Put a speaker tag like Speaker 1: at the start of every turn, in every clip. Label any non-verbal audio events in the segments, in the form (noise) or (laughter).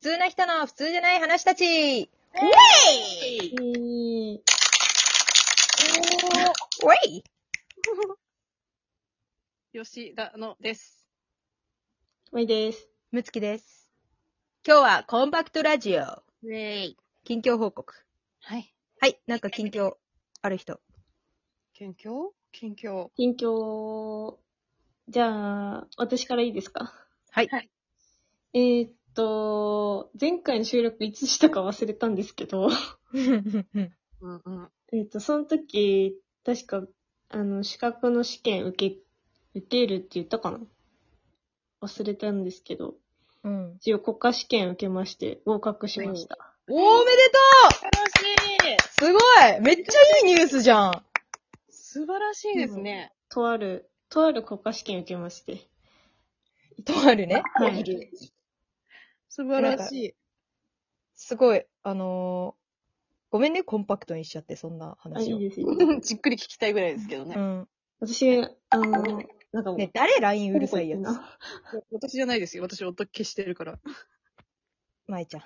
Speaker 1: 通な人の普通じゃない話たち。
Speaker 2: イェイ
Speaker 1: おおい
Speaker 2: 吉田のです。
Speaker 3: まいです。
Speaker 1: むつきです。今日はコンパクトラジオ。
Speaker 2: イェイ
Speaker 1: 近況報告。
Speaker 2: はい。
Speaker 1: はい、なんか近況ある人。 (laughs)
Speaker 2: 近況近況。
Speaker 3: 近況、じゃあ、私からいいですか
Speaker 1: はい。
Speaker 2: はい
Speaker 3: えー、っと、前回の収録いつしたか忘れたんですけど、 (laughs)
Speaker 2: うんうん。
Speaker 3: えーっと、その時、確か、あの、資格の試験受け、受けるって言ったかな忘れたんですけど、
Speaker 1: うん、
Speaker 3: 一応国家試験受けまして、合格しました。
Speaker 1: おめで
Speaker 2: 楽しい
Speaker 1: とうすごいめっちゃいいニュースじゃん
Speaker 2: 素晴らしいですね。
Speaker 3: とある、とある国家試験受けまして。
Speaker 1: とあるね。
Speaker 3: はい。
Speaker 2: 素晴らしい。
Speaker 1: すごい、あのーごめんね、コンパクトにしちゃって、そんな
Speaker 3: あ、い
Speaker 1: 話を。
Speaker 3: いですよ。
Speaker 2: (laughs) じっくり聞きたいぐらいですけど
Speaker 1: う
Speaker 2: ね。
Speaker 1: ん。
Speaker 3: 私、あの、なんかもう
Speaker 1: ね、誰 ?LINE うるさいやつ。
Speaker 2: 私じゃないですよ。私音消してるから。
Speaker 1: まいちゃん。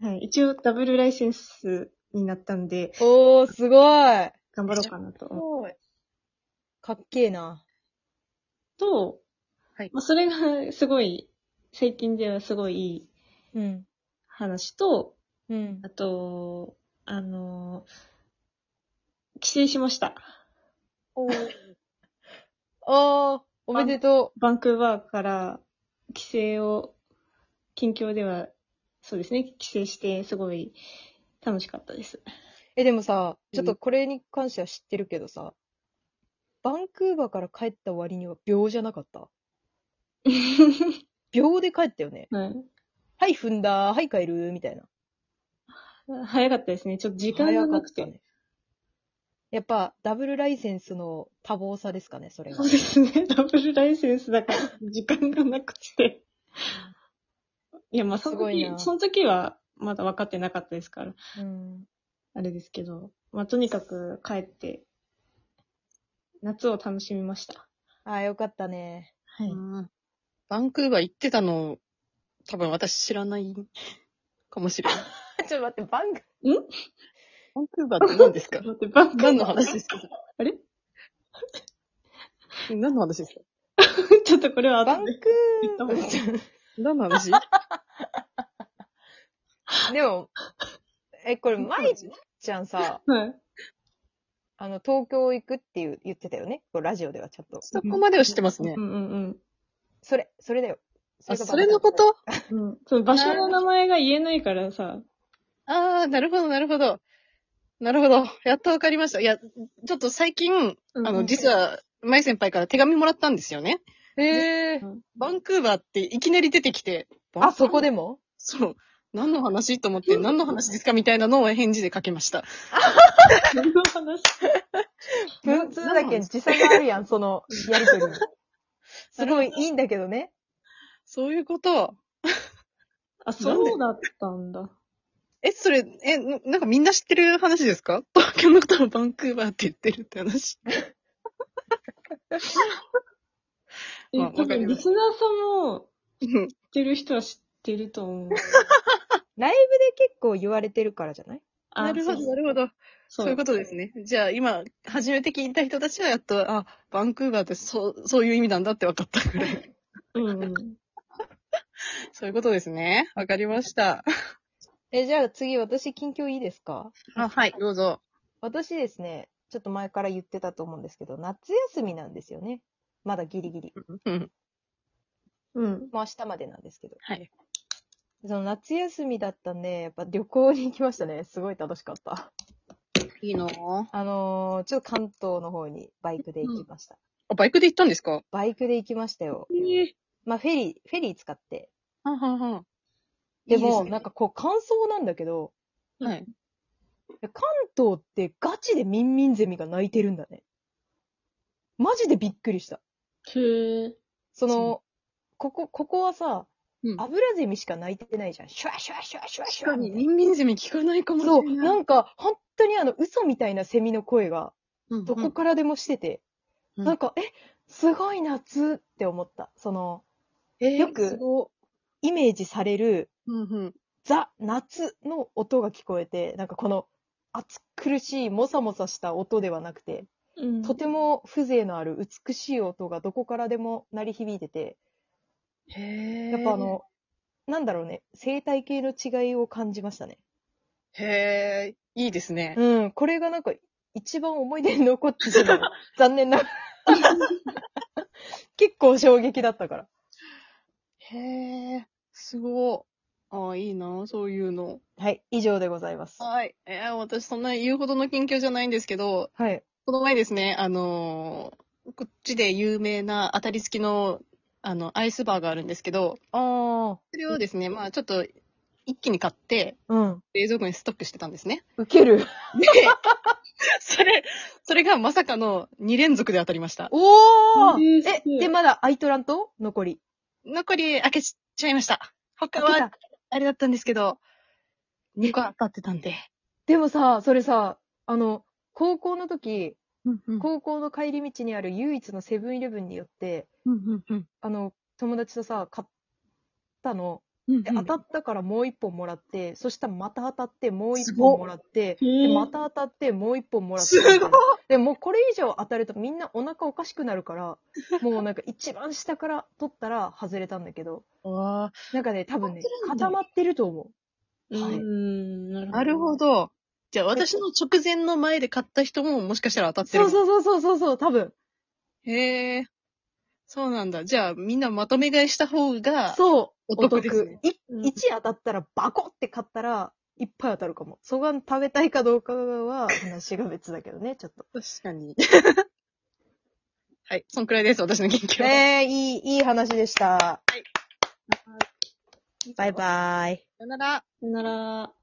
Speaker 3: はい、一応ダブルライセンスになったんで、
Speaker 1: おー、すごい
Speaker 3: 頑張ろうかなと思う。
Speaker 2: ごい。
Speaker 1: かっけえな。
Speaker 3: と、
Speaker 2: はい
Speaker 3: まあ、それがすごい、最近ではすごいいい
Speaker 1: うん。
Speaker 3: 話と、
Speaker 1: うん
Speaker 3: あ。と、あの帰省しました。
Speaker 2: おー
Speaker 1: あー、おめでと
Speaker 3: バンクーバーから帰省を、近況では、そうですね、帰省して、すごい楽しかった
Speaker 2: (laughs)
Speaker 3: です。
Speaker 1: う。え、でもさ、ちょっ
Speaker 2: う
Speaker 1: とこれに関しては知ってるけどさ、バンクーバーから帰った割には秒じゃなかった。秒で帰ったよね。
Speaker 3: はい、
Speaker 1: はい、踏んだ、はい、帰る、みたいな。
Speaker 3: 早かったですね。ちょっと時間がなくて。
Speaker 1: 早かったね。やっぱ、ダブルライセンスの多忙さですかね、それが
Speaker 3: そう。ですね。ダブルライセンスだから、時間がなくて。いや、まあ、その
Speaker 1: すごい
Speaker 3: 時
Speaker 1: な、
Speaker 3: その時は、まだ分かってなかったですから、
Speaker 1: うん。
Speaker 3: あれですけど、まあ、とにかく帰って、夏を楽しみました。
Speaker 1: あー、よかったね。
Speaker 3: は
Speaker 2: う。んバンクーバー行ってたの、多分私知らないかもしれない。
Speaker 1: ちょっと待って、バンク
Speaker 2: (laughs) バンクーバーって何ですか
Speaker 3: 待って、バンク
Speaker 2: (laughs) 何の話ですか
Speaker 3: あれ
Speaker 2: 何の話ですか
Speaker 3: (laughs) ちょっとこれは
Speaker 1: バ
Speaker 3: 後
Speaker 1: ン
Speaker 3: で。
Speaker 1: ク
Speaker 3: 言ったもん
Speaker 1: ー。
Speaker 2: 何の (laughs) 話
Speaker 1: (laughs) でも、え、これ、舞ちゃんさ、
Speaker 3: はい。
Speaker 1: あの、東京行くっていう言ってたよね。こうラジオではちゃんと。
Speaker 2: そこまでは知ってますね
Speaker 3: う。んうん
Speaker 1: それ、それだよ。が
Speaker 2: あ、それのこと
Speaker 3: うん。うん、その場所の名前が言えないからさ、
Speaker 2: ああ、なるほど、なるほど。なるほど。やっとわかりました。いや、ちょっと最近、
Speaker 3: うん
Speaker 2: あの、実は、舞先輩から手紙もらったんですよね。
Speaker 1: ええ
Speaker 2: バンクーバーっていきなり出てきて、
Speaker 1: あ、そこ
Speaker 2: で
Speaker 1: でも
Speaker 2: そう。何の話と思って、何の話ですかみたいなのを返事で書きました。
Speaker 3: 何の話
Speaker 1: 文通だけ時差がある (laughs) やん、その、やりとりに。すごいいいんだけどね。
Speaker 2: そういうこと。
Speaker 3: あ、そうだったんだ。
Speaker 2: え、それ、え、ななんかみんな知ってる話ですか (laughs) 東京のことをバンクーバーって言ってるって話。
Speaker 3: え、
Speaker 2: まあ
Speaker 3: 多
Speaker 2: わかり
Speaker 3: 分
Speaker 2: ま
Speaker 3: リ
Speaker 2: す
Speaker 3: スナーさんも
Speaker 2: うん
Speaker 3: 知ってる人は知ってると
Speaker 2: (laughs)
Speaker 3: 思う。
Speaker 1: ライブで結構言われてるからじゃない
Speaker 3: あ
Speaker 2: なるほど、なるほ。ど。そういうことですね。じゃあ今、初めて聞いた人たちはやっと、あ、バンクーバーってそう、そういう意味なんだって分かったぐらい。
Speaker 3: と。うんうん。
Speaker 2: (laughs) そういうことですね。わかりました。
Speaker 1: え、じゃあ次私近況いいですか
Speaker 2: あ、はい、どうぞ。
Speaker 1: 私ですね、ちょっと前から言ってたと思うんですけど、夏休みなんですよね。まだギリギリ。
Speaker 2: うん。
Speaker 3: うん。
Speaker 1: もう明日までなんですけど。
Speaker 2: はい。
Speaker 1: その夏休みだったんで、やっぱ旅行に行きましたね。すごい楽しかった。
Speaker 2: いいの
Speaker 1: あのー、ちょっと関東の方にバイクで行きました。
Speaker 2: あ、バイクで行ったんですか
Speaker 1: バイクで行きましたよ。
Speaker 2: ええ
Speaker 1: まあ、フェリー、フェリー使って。
Speaker 2: はんはんはん。
Speaker 1: で
Speaker 2: いい
Speaker 1: も、
Speaker 2: すね
Speaker 1: なんかこう、感想なんだけど、
Speaker 2: はい。
Speaker 1: 関東ってガチでミンミンゼミが鳴いてるんだね。マジでびっくりした。
Speaker 3: へえ。
Speaker 1: その
Speaker 2: そ、
Speaker 1: ここ、ここはさ、
Speaker 2: うん
Speaker 1: アブラゼミしか鳴いてないじゃん。シュワシュワシュワシュワシュ
Speaker 2: 確
Speaker 1: ワ
Speaker 2: か
Speaker 1: み
Speaker 2: に、
Speaker 1: たい
Speaker 2: ミ
Speaker 1: な。
Speaker 2: ンミンゼミ聞かないかもしれ
Speaker 1: そう、
Speaker 2: ない。
Speaker 1: なんか、本当にあの、嘘みたいなセミの声が、
Speaker 2: うん
Speaker 1: どこからでもしてて、
Speaker 2: うん
Speaker 1: なんか、え、すごい夏って思った。その、
Speaker 2: え
Speaker 1: よく
Speaker 2: すご
Speaker 1: イメージされる
Speaker 2: うんうん。
Speaker 1: ザ・夏の音が聞こえて、なんかこの暑苦しい、もさもさした音ではなくて、
Speaker 3: うん
Speaker 1: とても風情のある美しい音がどこからでも鳴り響いてて、
Speaker 2: へえ。
Speaker 1: やっぱあ、の、なんだろうね、生態系の違いを感じましたね。
Speaker 2: へえ、いいですね。
Speaker 1: うん、これがなんか一番思い出に残ってしま (laughs) う。残念な。結構衝撃だったから。
Speaker 2: へえ、すごい。ああ、いいな、そういうの。
Speaker 1: はい、以上でございます。
Speaker 2: はい。えー私そんな言うほどの近況じゃないんですけど、
Speaker 1: はい。
Speaker 2: この前ですね、あのーこっちで有名な当たり付きの、あの、アイスバーがあるんですけど、
Speaker 1: あー、
Speaker 2: それをですね、まあちょっと、一気に買って、
Speaker 1: うん。
Speaker 2: 冷蔵庫にストックしてたんですね。
Speaker 1: ウケる。
Speaker 2: で、 (laughs) それ、それがまさかの2連続で当たりました。
Speaker 1: お
Speaker 3: えー
Speaker 1: ー
Speaker 3: すご
Speaker 1: え、
Speaker 3: い
Speaker 1: で、まだ空いとらんと残り。
Speaker 2: 残り開けちゃいました。他
Speaker 1: 開け
Speaker 2: は
Speaker 1: た、
Speaker 2: あれだったんですけど、2個当たってたんで。
Speaker 1: でもさ、それさ、あの、高校の時、
Speaker 2: うんうん
Speaker 1: 高校の帰り道にある唯一のセブンイレブンによって、
Speaker 2: うんうん
Speaker 1: あの、友達とさ、買ったの。
Speaker 2: うん
Speaker 1: で、当たったからもう一本もらって、そしたらまた当たって、もう一
Speaker 2: すご
Speaker 1: 本
Speaker 2: っ
Speaker 1: もらって、
Speaker 3: へ
Speaker 1: で
Speaker 3: ー
Speaker 1: また当たって、もう一本もらって。
Speaker 2: すごい
Speaker 1: で、もうこれ以上当たるとみんなお腹おかしくなるから、もうなんか一番下から取ったら外れたんだけど、
Speaker 2: わ
Speaker 1: なんかね、多分ね
Speaker 2: 当たって、るんだ
Speaker 1: 固まってると思
Speaker 3: う
Speaker 1: はい
Speaker 3: ん、なる
Speaker 2: ー
Speaker 3: ほど。
Speaker 2: なるほど。じゃあ私の直前の前で買った人ももしかしたら当
Speaker 1: う。
Speaker 2: たってる。
Speaker 1: そう
Speaker 2: う。
Speaker 1: そうそうそうそう、多分。
Speaker 2: へえ。そうなんだ。じゃあみんなまとめ買いした方が、
Speaker 1: そう、
Speaker 2: お
Speaker 1: お得。
Speaker 2: 得ですね
Speaker 1: い
Speaker 3: うん
Speaker 1: 1当たったらバコって買ったら、いっぱい当たるかも。そがん食べたいかどうかは話が別だけどね、ちょっと。
Speaker 2: 確かに。 (laughs) はい。そんくらいです、私の研究は。
Speaker 1: ええいい、いい話でした。
Speaker 2: バイバ
Speaker 1: バイ。
Speaker 2: さよなら。
Speaker 3: なら、